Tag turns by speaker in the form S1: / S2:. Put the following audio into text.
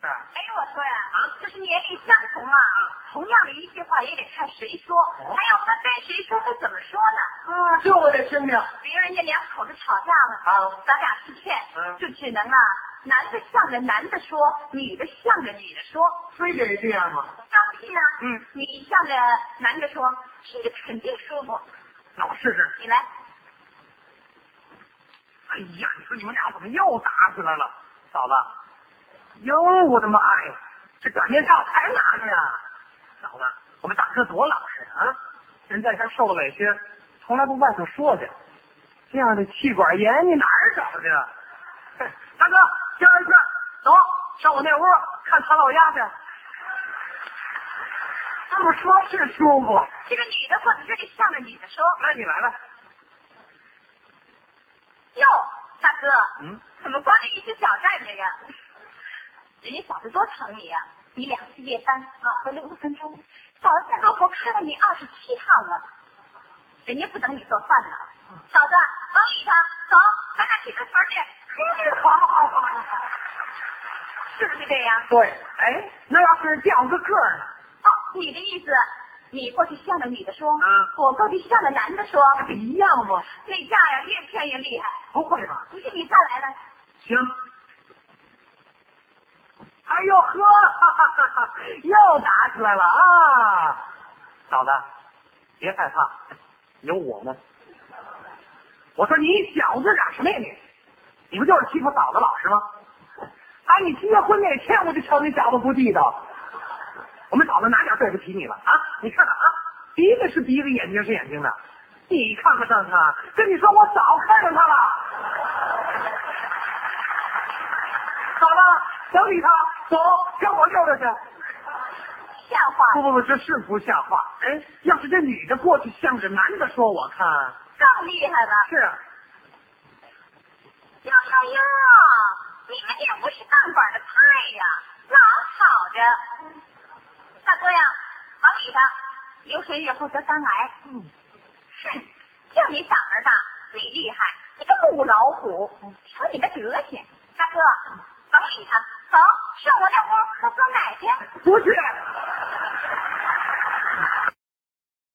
S1: 啊
S2: 哎，我说呀、就是年龄相同啊，
S1: 嗯
S2: 同样的一句话也得看谁说，
S1: 哦
S2: 还要看跟谁说和怎么说呢。嗯，
S1: 这我得听听啊。
S2: 比如人家两口子吵架了，咱俩是劝，
S1: 嗯
S2: 就只能啊，男的向着男的说，女的向着女的说。
S1: 非得这样啊吗？
S2: 放屁呢？
S1: 嗯，
S2: 你向着男的说，听着肯定舒服。
S1: 那我试试。
S2: 你来，
S1: 哎呀，你说你们俩怎么又打起来了？嫂子，哟，我的妈呀，这擀面杖还拿着呢。啊嫂子，我们大哥多老实啊，人在这儿受了委屈，从来不外头说去。这样的气管炎你哪儿找去？啊哼大哥，听人劝，走，上我那屋看唐老鸭去。这么说是舒服，
S2: 这个女的或者这个向着女的说，
S1: 那你来吧。
S2: 哟，大哥，
S1: 嗯，
S2: 怎么光着一只脚站着呀？人家嫂子多疼你呀、你两次夜班啊，回来五分钟，嫂子在罗湖看了你二十七趟了，人家不等你做饭呢。嫂子，帮一下，走，咱俩去跟团去。
S1: 好好好。
S2: 是不是这样？
S1: 对，哎，那要是掉个个儿呢？
S2: 哦，你的意思，你过去向着女的说，
S1: 嗯
S2: 我过去向着男的说，
S1: 不一样吗？
S2: 那架呀越骗越厉害。
S1: 不会吧？
S2: 不信你再来来。
S1: 行。哎呦呵，哈哈哈哈又打起来了啊！嫂子，别害怕，有我呢。我说你小子嚷什么呀你？你不就是欺负嫂子老实吗？啊，你结婚那天我就瞧你小子不地道，我们嫂子哪点对不起你了啊？你看看啊，鼻子是鼻子，眼睛是眼睛的，你看不上他，跟你说我早看上他了。嫂子，等理他，走，跟我溜达去。
S2: 像话
S1: 不不不，这是不像话。哎，要是这女的过去向着男的说，我看
S2: 更厉害了。
S1: 是啊，
S2: 哟哟哟，你们也不是当馆的菜呀，老吵着。大哥呀，往里头，流水越后得肝癌。
S1: 嗯，
S2: 哼，就你嗓门大，你厉害，你个母老虎，瞧你的德行。大哥，往里头，走，上我那屋喝酸奶去。
S1: 不去。